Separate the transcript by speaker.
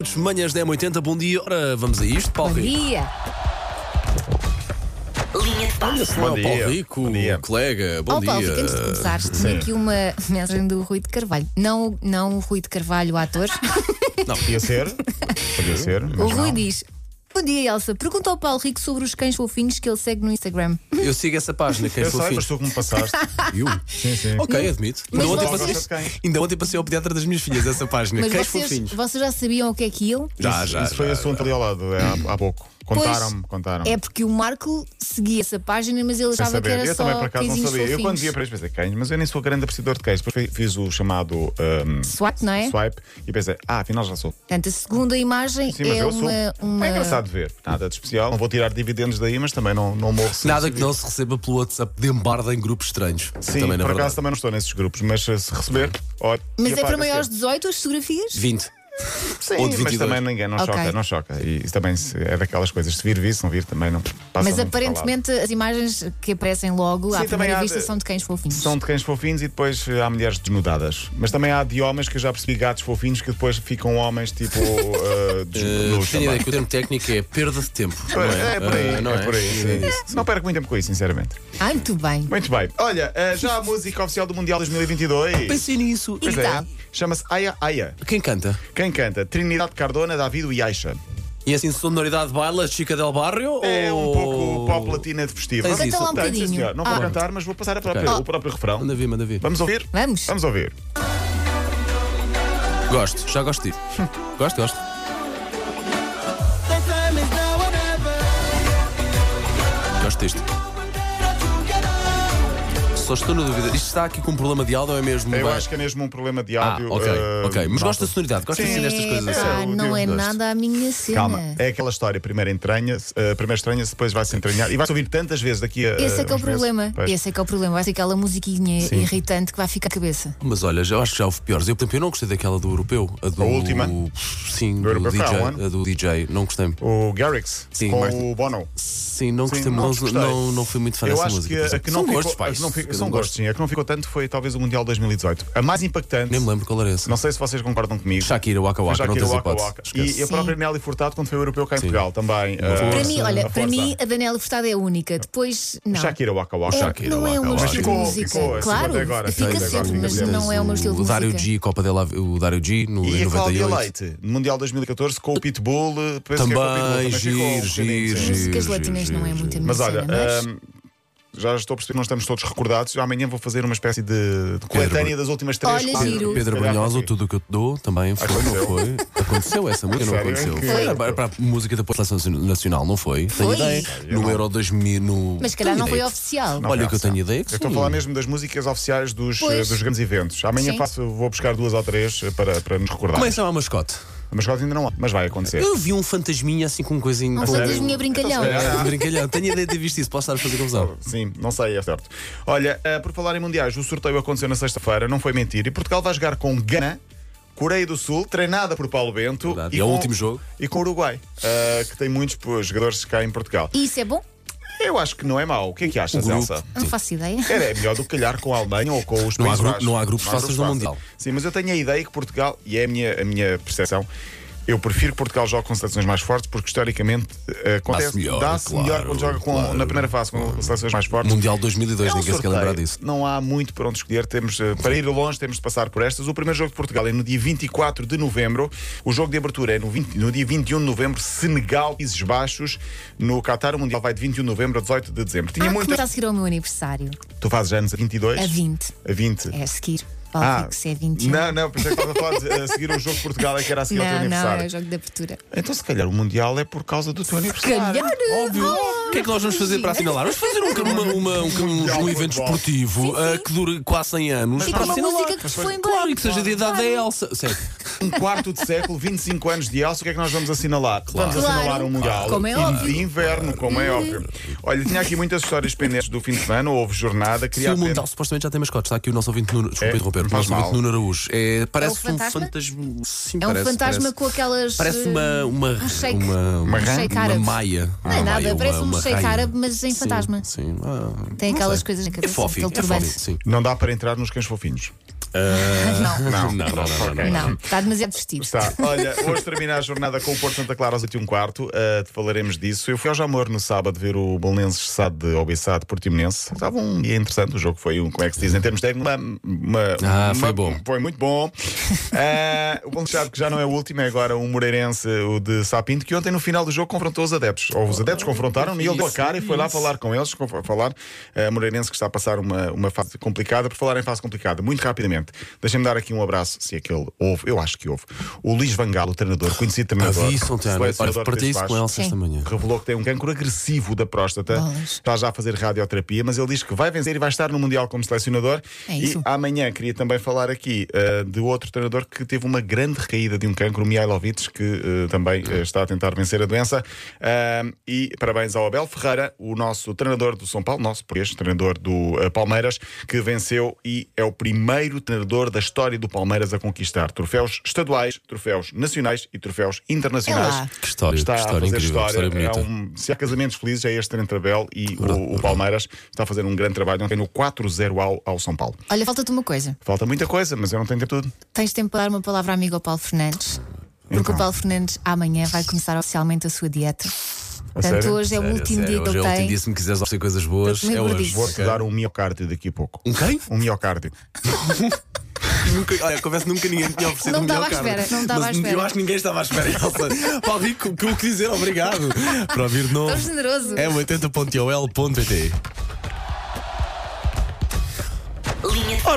Speaker 1: Minutos, Manhãs 1080, bom dia. Ora, vamos a isto, Paulo
Speaker 2: Bom
Speaker 1: Rico.
Speaker 2: dia.
Speaker 3: Linha de passe.
Speaker 1: Esse não é o
Speaker 4: Bom
Speaker 1: Paulo
Speaker 4: dia.
Speaker 1: Rico,
Speaker 4: Bom dia.
Speaker 1: colega, bom
Speaker 2: Ó
Speaker 1: dia.
Speaker 2: Paulo, Rico, antes de começares, tinha aqui uma mensagem do Rui de Carvalho. Não, o- não o Rui de Carvalho, o ator.
Speaker 4: Podia ser, podia ser,
Speaker 2: O
Speaker 4: mas
Speaker 2: Rui
Speaker 4: não.
Speaker 2: diz: Bom dia, Elsa. Pergunta ao Paulo Rico sobre os cães fofinhos que ele segue no Instagram.
Speaker 1: Eu sigo essa página, quem
Speaker 4: Eu sei,
Speaker 1: fofinho.
Speaker 4: mas tu que me passaste.
Speaker 1: Eu?
Speaker 4: Sim, sim.
Speaker 1: Ok, admito. Ainda
Speaker 2: Mas
Speaker 1: ontem,
Speaker 2: vocês-
Speaker 1: passei, ainda ontem passei ao pediatra das minhas filhas essa página.
Speaker 2: Mas
Speaker 1: Queres
Speaker 2: vocês,
Speaker 1: fofinhos?
Speaker 2: vocês já sabiam o que é que ele?
Speaker 1: Já,
Speaker 4: Isso-
Speaker 1: já.
Speaker 4: Isso foi
Speaker 1: já.
Speaker 4: assunto ali ao lado, é, há, há pouco.
Speaker 2: Pois,
Speaker 4: Contaram-me, contaram
Speaker 2: É porque o Marco seguia essa página, mas ele
Speaker 4: Sem
Speaker 2: achava que
Speaker 4: saber.
Speaker 2: era
Speaker 4: Eu
Speaker 2: só
Speaker 4: também, por acaso, não sabia.
Speaker 2: cãezinhos
Speaker 4: Eu quando
Speaker 2: fofinhos.
Speaker 4: via para eles pensei, cães, mas eu nem sou grande apreciador de cães. Depois fiz o chamado ahm,
Speaker 2: Swat, não é?
Speaker 4: swipe e pensei, ah, afinal já sou.
Speaker 2: Portanto, a segunda imagem
Speaker 4: Sim, mas
Speaker 2: é
Speaker 4: eu sou.
Speaker 2: uma. uma...
Speaker 4: É engraçado de ver, nada de especial. Não vou tirar dividendos daí, mas também não, não morro. sem
Speaker 1: Nada
Speaker 4: receber.
Speaker 1: que não se receba pelo WhatsApp de embarda em grupos estranhos.
Speaker 4: Sim,
Speaker 1: também, na
Speaker 4: por acaso
Speaker 1: verdade.
Speaker 4: também não estou nesses grupos, mas eh, se receber, olha.
Speaker 2: é Mas
Speaker 4: e
Speaker 2: é para
Speaker 4: apaga-se.
Speaker 2: maiores de 18 as fotografias?
Speaker 1: 20.
Speaker 4: Sim,
Speaker 1: Ou de
Speaker 4: mas
Speaker 1: 22.
Speaker 4: também ninguém, não
Speaker 2: Ok.
Speaker 4: choca, não choca. E isso também se- é daquelas coisas, se vir, vir, se não vir, também não passa
Speaker 2: Mas
Speaker 4: muito para lá.
Speaker 2: aparentemente as imagens que aparecem logo à
Speaker 4: Sim, também
Speaker 2: primeira
Speaker 4: há
Speaker 2: vista
Speaker 4: de-
Speaker 2: são de cães fofinhos.
Speaker 4: São de cães fofinhos e depois eh, há mulheres desnudadas. Mas também há de homens que eu já percebi gatos fofinhos que depois ficam homens tipo eh,
Speaker 1: Uh,
Speaker 4: desnudos.
Speaker 1: tenho ideia
Speaker 4: também.
Speaker 1: que o termo técnico é perda de tempo. não
Speaker 4: É, é por aí,
Speaker 1: Ah,
Speaker 4: é,
Speaker 1: não é?
Speaker 4: por aí.
Speaker 1: Sim,
Speaker 4: sim.
Speaker 1: é isso.
Speaker 4: Não perco muito tempo com isso, sinceramente.
Speaker 2: Ai, Ah, muito bem.
Speaker 4: Muito bem. Olha, eh, já a música oficial do Mundial 2022.
Speaker 1: Pensei nisso.
Speaker 2: E-
Speaker 4: Pois é. Chama-se Aya Aya.
Speaker 1: Quem canta?
Speaker 4: Quem canta? Trinidade Cardona, David e Aisha.
Speaker 1: E assim, sonoridade baila, Chica del Barrio?
Speaker 4: É um
Speaker 1: ou-
Speaker 4: pouco pop latina de festiva.
Speaker 1: Oh. Tens isso?
Speaker 2: Canta lá um
Speaker 4: Tem, sim,
Speaker 2: bocadinho.
Speaker 4: senhor. Não vou
Speaker 2: Ah.
Speaker 4: cantar, mas vou passar a própria-
Speaker 1: Ok.
Speaker 4: o próprio refrão.
Speaker 1: Manda vir, manda vir.
Speaker 4: Vamos ouvir?
Speaker 2: Vamos.
Speaker 4: Vamos ouvir.
Speaker 1: Gosto, já gosto de ti. gosto, gosto. Gosto disto. Só estou na dúvida. Isto está aqui com um problema de áudio ou é mesmo?
Speaker 4: Eu
Speaker 1: bem?
Speaker 4: acho que é mesmo um problema de
Speaker 1: Ah,
Speaker 4: áudio.
Speaker 1: ok,
Speaker 4: eh,
Speaker 1: ok. Mas gosto
Speaker 4: nota.
Speaker 1: da sonoridade, gosto assim destas coisas
Speaker 2: Epá,
Speaker 1: assim.
Speaker 4: É, o
Speaker 2: não é
Speaker 1: gosto.
Speaker 2: nada a minha cena.
Speaker 4: Calma, é aquela história, primeiro entranha-se, eh, primeiro estranha-se, depois vai-se entranhar e vai-se ouvir tantas vezes daqui a.
Speaker 2: Esse é
Speaker 4: eh,
Speaker 2: que é o
Speaker 4: uns meses.
Speaker 2: problema.
Speaker 4: Pois.
Speaker 2: Esse é que é o problema. Vai ser aquela musiquinha
Speaker 4: Sim.
Speaker 2: irritante que vai ficar a cabeça.
Speaker 1: Mas olha, já- eu acho que já houve piores. Eu, por exemplo, eu não gostei daquela do europeu. A, do,
Speaker 4: A última?
Speaker 1: Sim, do,
Speaker 4: europeu foi há um
Speaker 1: DJ.
Speaker 4: ano.
Speaker 1: A do DJ. Não gostei.
Speaker 4: O Garrix
Speaker 1: Sim,
Speaker 4: com
Speaker 1: Martin.
Speaker 4: o Bono.
Speaker 1: Sim, não gostei.
Speaker 4: Sim,
Speaker 1: não,
Speaker 4: gostei.
Speaker 1: não, não fui muito fã
Speaker 4: Eu
Speaker 1: dessa
Speaker 4: acho
Speaker 1: música.
Speaker 4: que
Speaker 1: por
Speaker 4: a
Speaker 1: exemplo.
Speaker 4: que não
Speaker 1: São
Speaker 4: ficou,
Speaker 1: gostos,
Speaker 4: a
Speaker 1: pais.
Speaker 4: que não ficou-
Speaker 1: Cada um
Speaker 4: são
Speaker 1: gosta.
Speaker 4: gostos, sim. A que não ficou tanto foi talvez o Mundial 2018. A mais impactante.
Speaker 1: Nem me lembro qual era essa.
Speaker 4: Não sei se vocês concordam comigo.
Speaker 1: Shakira, Waka
Speaker 4: foi
Speaker 1: Waka, não
Speaker 4: Shakira
Speaker 1: tens
Speaker 4: Waka
Speaker 1: hipótese.
Speaker 4: Waka.
Speaker 1: Esquece.
Speaker 4: E a própria
Speaker 2: Sim.
Speaker 4: Nelly Furtado, quando foi o europeu cá em
Speaker 1: Sim.
Speaker 4: Portugal, também. eh,
Speaker 2: Para
Speaker 1: Força,
Speaker 2: mim, olha, para
Speaker 4: força.
Speaker 2: mim a Daniela Furtado é a única. Depois, não.
Speaker 4: Shakira Waka Waka.
Speaker 2: É,
Speaker 1: Shakira,
Speaker 2: não é o
Speaker 1: Waka
Speaker 2: meu
Speaker 1: Waka.
Speaker 2: estilo de
Speaker 4: Ficou,
Speaker 2: música.
Speaker 4: ficou, assim,
Speaker 2: claro,
Speaker 4: até agora.
Speaker 2: fica
Speaker 4: Até agora,
Speaker 2: sempre, mas
Speaker 4: ficou.
Speaker 2: não é o meu estilo de
Speaker 1: O Dario
Speaker 2: música.
Speaker 1: G, Copa dela, o Dario G no
Speaker 4: E
Speaker 1: em
Speaker 4: a Cláudia
Speaker 1: 98.
Speaker 4: Leite, no Mundial 2014, com o Pitbull. eh, penso que é com o Pitbull,
Speaker 1: Também,
Speaker 4: ficou um
Speaker 1: giro,
Speaker 4: bocadinho,
Speaker 1: giro,
Speaker 4: sim.
Speaker 1: giro.
Speaker 2: Músicas
Speaker 1: giro,
Speaker 2: latinas
Speaker 1: giro,
Speaker 2: não é
Speaker 1: giro.
Speaker 2: muito a minha
Speaker 4: Mas olha,
Speaker 2: cena, mas-
Speaker 4: hum, já estou a perceber que não estamos todos recordados. Amanhã vou fazer uma espécie de, de coletânea das últimas três
Speaker 2: Olha,
Speaker 4: quatro.
Speaker 2: giro.
Speaker 1: Pedro
Speaker 4: Se calhar
Speaker 1: Brunhosa,
Speaker 4: aqui.
Speaker 1: tudo o que eu te dou, também foi, não
Speaker 4: Aconteceu.
Speaker 1: foi? Aconteceu essa música, não
Speaker 4: Sério?
Speaker 1: aconteceu?
Speaker 4: Que-
Speaker 1: Foi para, para a música da seleção nacional, não foi? Tenho
Speaker 2: Foi.
Speaker 1: ideia. No Euro 2000. No...
Speaker 2: Mas se calhar
Speaker 1: Tenho
Speaker 2: não foi
Speaker 1: ideia que-
Speaker 2: oficial.
Speaker 4: Não
Speaker 1: Olha,
Speaker 4: foi
Speaker 1: que eu tenho
Speaker 4: oficial.
Speaker 1: ideia é que
Speaker 4: Eu estou a
Speaker 1: sim.
Speaker 4: falar mesmo das músicas oficiais dos, eh,
Speaker 2: Pois.
Speaker 4: dos grandes eventos. Amanhã
Speaker 2: Sim.
Speaker 4: faço, vou buscar duas ou três eh, para, para nos recordar.
Speaker 1: Como é que se chama a mascote?
Speaker 4: Mas quase ainda não há, mas vai acontecer. Então,
Speaker 1: Eu vi um fantasminha assim com um coisinho.
Speaker 2: Um
Speaker 1: com-
Speaker 2: fantasminha brincalhão.
Speaker 4: Ah.
Speaker 1: Um brincalhão. Tenho ideia de ter visto isso, posso estar a fazer confusão.
Speaker 4: Sim, não sei, é certo. Olha, eh, por falar em mundiais, o sorteio aconteceu na sexta-feira, não foi mentira. E Portugal vai jogar com Gana, Coreia do Sul, treinada por Paulo Bento.
Speaker 1: Verdade,
Speaker 4: E
Speaker 1: é o
Speaker 4: com-
Speaker 1: último jogo.
Speaker 4: E com o Uruguai, eh, que tem muitos pô, jogadores cá em Portugal.
Speaker 2: E isso é bom?
Speaker 4: Eu acho que não é mau. O que é que achas,
Speaker 1: O grupo.
Speaker 4: Elsa?
Speaker 2: Não faço ideia.
Speaker 4: Era é melhor do que calhar com a Alemanha ou com os
Speaker 1: Não há
Speaker 4: Países
Speaker 1: grupo-
Speaker 4: Baixos.
Speaker 1: não há grupos fáceis no
Speaker 4: fáceis.
Speaker 1: Mundial.
Speaker 4: Sim, mas eu tenho a ideia que Portugal, e é a minha, a minha percepção, eu prefiro que Portugal jogue com seleções mais fortes porque historicamente eh, acontece,
Speaker 1: melhor, claro,
Speaker 4: melhor quando joga com,
Speaker 1: claro.
Speaker 4: na primeira fase com seleções mais fortes.
Speaker 1: Mundial 2002,
Speaker 4: É um
Speaker 1: ninguém se quer
Speaker 4: sorteio.
Speaker 1: lembrar disso.
Speaker 4: Não há muito para onde escolher. Temos, eh, para ir longe, temos de passar por estas. O primeiro jogo de Portugal é no dia 24 de novembro. O jogo de abertura é no, 20 no dia 21 de novembro, Senegal, Países Baixos. No Qatar, o Mundial vai de 21 de novembro a 18 de dezembro. Tinha
Speaker 2: Ah,
Speaker 4: muita.
Speaker 2: começa a seguir ao meu aniversário.
Speaker 4: Tu fazes anos a 22?
Speaker 2: A 20.
Speaker 4: A 20.
Speaker 2: É a seguir. Paulo Rico, se é 21.
Speaker 4: Ah, Não, não, pensei que estava a falar de eh, seguir o jogo de Portugal, é que era a seguir ao teu
Speaker 2: não, não,
Speaker 4: aniversário.
Speaker 2: é o jogo de abertura.
Speaker 4: Então, se calhar, o Mundial é por causa do teu aniversário.
Speaker 2: Calhar!
Speaker 1: Óbvio.
Speaker 4: Ah,
Speaker 1: O que é que nós vamos fazer para assinalar? Vamos fazer um, uma- uma- um- um- um evento esportivo ah, que dure quase 100 anos
Speaker 2: Fica
Speaker 1: para
Speaker 2: uma
Speaker 1: assinalar.
Speaker 2: música que te foi embora.
Speaker 1: Claro, e que seja da idade da Elsa. Sério.
Speaker 4: Um quarto de século, 25 anos de Elsa, o que é que nós vamos assinalar? Vamos
Speaker 2: Claro.
Speaker 4: assinalar um Mundial.
Speaker 2: Como é
Speaker 4: e
Speaker 2: óbvio. Uhum.
Speaker 4: De inverno, como é óbvio. Olha, tinha aqui muitas histórias pendentes do fim de semana, houve jornada,
Speaker 1: Se
Speaker 4: queria
Speaker 1: o
Speaker 4: apenas-
Speaker 1: Mundial supostamente já tem mascotes, está aqui o nosso ouvinte Nuno. Desculpa
Speaker 4: É,
Speaker 1: interromper, o
Speaker 4: faz
Speaker 1: nosso ouvinte
Speaker 4: mal.
Speaker 1: Nuno Araújo. É, parece um
Speaker 2: fantasma?
Speaker 1: fantasma. Sim,
Speaker 2: É um
Speaker 1: parece,
Speaker 2: fantasma
Speaker 1: parece.
Speaker 2: com aquelas.
Speaker 1: Parece
Speaker 2: eh,
Speaker 1: uma. Uma.
Speaker 2: um shake.
Speaker 1: Uma,
Speaker 2: um shake
Speaker 1: uma
Speaker 2: árabe.
Speaker 1: maia.
Speaker 2: Não é
Speaker 1: Uma
Speaker 2: nada,
Speaker 1: maia,
Speaker 2: parece
Speaker 1: uma-
Speaker 2: um
Speaker 1: uma
Speaker 2: shake
Speaker 1: raia.
Speaker 2: árabe, mas sem
Speaker 1: Sim,
Speaker 2: fantasma.
Speaker 1: Sim. ah,
Speaker 2: Tem
Speaker 1: não
Speaker 2: aquelas
Speaker 1: sei.
Speaker 2: coisas na
Speaker 1: É
Speaker 2: cabeça,
Speaker 1: fofinho,
Speaker 2: aquele
Speaker 1: é
Speaker 2: turbante.
Speaker 1: fofinho, sim.
Speaker 4: Não dá para entrar nos cães fofinhos.
Speaker 2: Não,
Speaker 1: Não, não, não, não, não.
Speaker 2: não. Está demasiado vestido.
Speaker 4: Está. Olha, hoje termina a jornada com o Porto Santa Clara às 8 h quarto. Uh, falaremos disso. Eu fui ao Jamor no sábado ver o Bolonenses Sade de Obissade Portimonense. Estava um dia interessante. O jogo foi um, como é que se diz, em termos técnicos, uma, uma-
Speaker 1: Ah,
Speaker 4: uma-
Speaker 1: foi bom.
Speaker 4: Foi muito bom. Uh, o Bolonenses Sade, que já não é o último, é agora o Moreirense, o de Sapinto, que ontem no final do jogo confrontou os adeptos. Ou os adeptos confrontaram e ele deu a cara e foi lá falar com eles. com- Falar. Uh, Moreirense que está a passar uma, uma fase complicada. Por falar em fase complicada, muito rapidamente, deixem-me dar aqui um abraço, se é que ele ouve. Eu acho que ouve. O Luís Vangal, o treinador, conhecido também
Speaker 1: Eu
Speaker 4: agora,
Speaker 1: vi isso ontem à noite.
Speaker 4: selecionador
Speaker 1: Olha, partilhei isso
Speaker 4: de
Speaker 1: com
Speaker 4: Vasco,
Speaker 1: ela esta
Speaker 2: Sim.
Speaker 1: manhã.
Speaker 4: Revelou que tem um cancro agressivo da próstata.
Speaker 2: Bolas.
Speaker 4: Está já a fazer radioterapia, mas ele diz que vai vencer e vai estar no Mundial como selecionador.
Speaker 2: É
Speaker 4: e
Speaker 2: isso.
Speaker 4: amanhã queria também falar aqui eh, de outro treinador que teve uma grande recaída de um cancro, o Mihailovic, que eh, também eh, está a tentar vencer a doença. Ah, e parabéns ao Abel Ferreira, o nosso treinador do São Paulo, nosso por este treinador do eh, Palmeiras, que venceu e é o primeiro treinador da história do Palmeiras a conquistar troféus estaduais, troféus nacionais e troféus internacionais.
Speaker 2: É lá.
Speaker 1: Que história,
Speaker 4: Está
Speaker 1: que
Speaker 4: a
Speaker 1: história
Speaker 4: fazer
Speaker 1: incrível, que
Speaker 4: história.
Speaker 1: história bonita.
Speaker 4: É um- se há casamentos felizes, é este entre Abel e o- o, Palmeiras. Está a fazer um grande trabalho. Ontem no 4-0 ao, ao São Paulo.
Speaker 2: Olha, falta-te uma coisa.
Speaker 4: Falta muita coisa, mas eu não tenho tempo tudo.
Speaker 2: Tens tempo para dar uma palavra amiga ao Paulo Fernandes. Porque
Speaker 4: Então.
Speaker 2: o Paulo Fernandes amanhã vai começar oficialmente a sua dieta. Portanto,
Speaker 4: sério?
Speaker 2: hoje é o
Speaker 1: Sério,
Speaker 2: último
Speaker 1: sério,
Speaker 2: dia que
Speaker 1: hoje
Speaker 2: ele
Speaker 1: é o
Speaker 2: tem.
Speaker 1: último dia, se me quiseres oferecer coisas boas,
Speaker 2: Estou-te
Speaker 1: é
Speaker 2: mesmo
Speaker 1: hoje.
Speaker 2: disso.
Speaker 4: Vou-te dar um miocárdio daqui a pouco.
Speaker 1: Um quem?
Speaker 4: Um miocárdio.
Speaker 1: Nunca, olha, confesso que nunca ninguém me tinha oferecido
Speaker 2: Não
Speaker 1: um
Speaker 2: estava
Speaker 1: melhor
Speaker 2: à espera,
Speaker 1: cargo.
Speaker 2: não estava
Speaker 1: Mas
Speaker 2: à espera.
Speaker 1: Eu acho que ninguém estava à espera, Elsa. Paulo
Speaker 2: é
Speaker 1: Rico, é o que eu quis dizer, obrigado por ouvir de novo.
Speaker 2: Tão generoso.
Speaker 1: É 80.ol.pt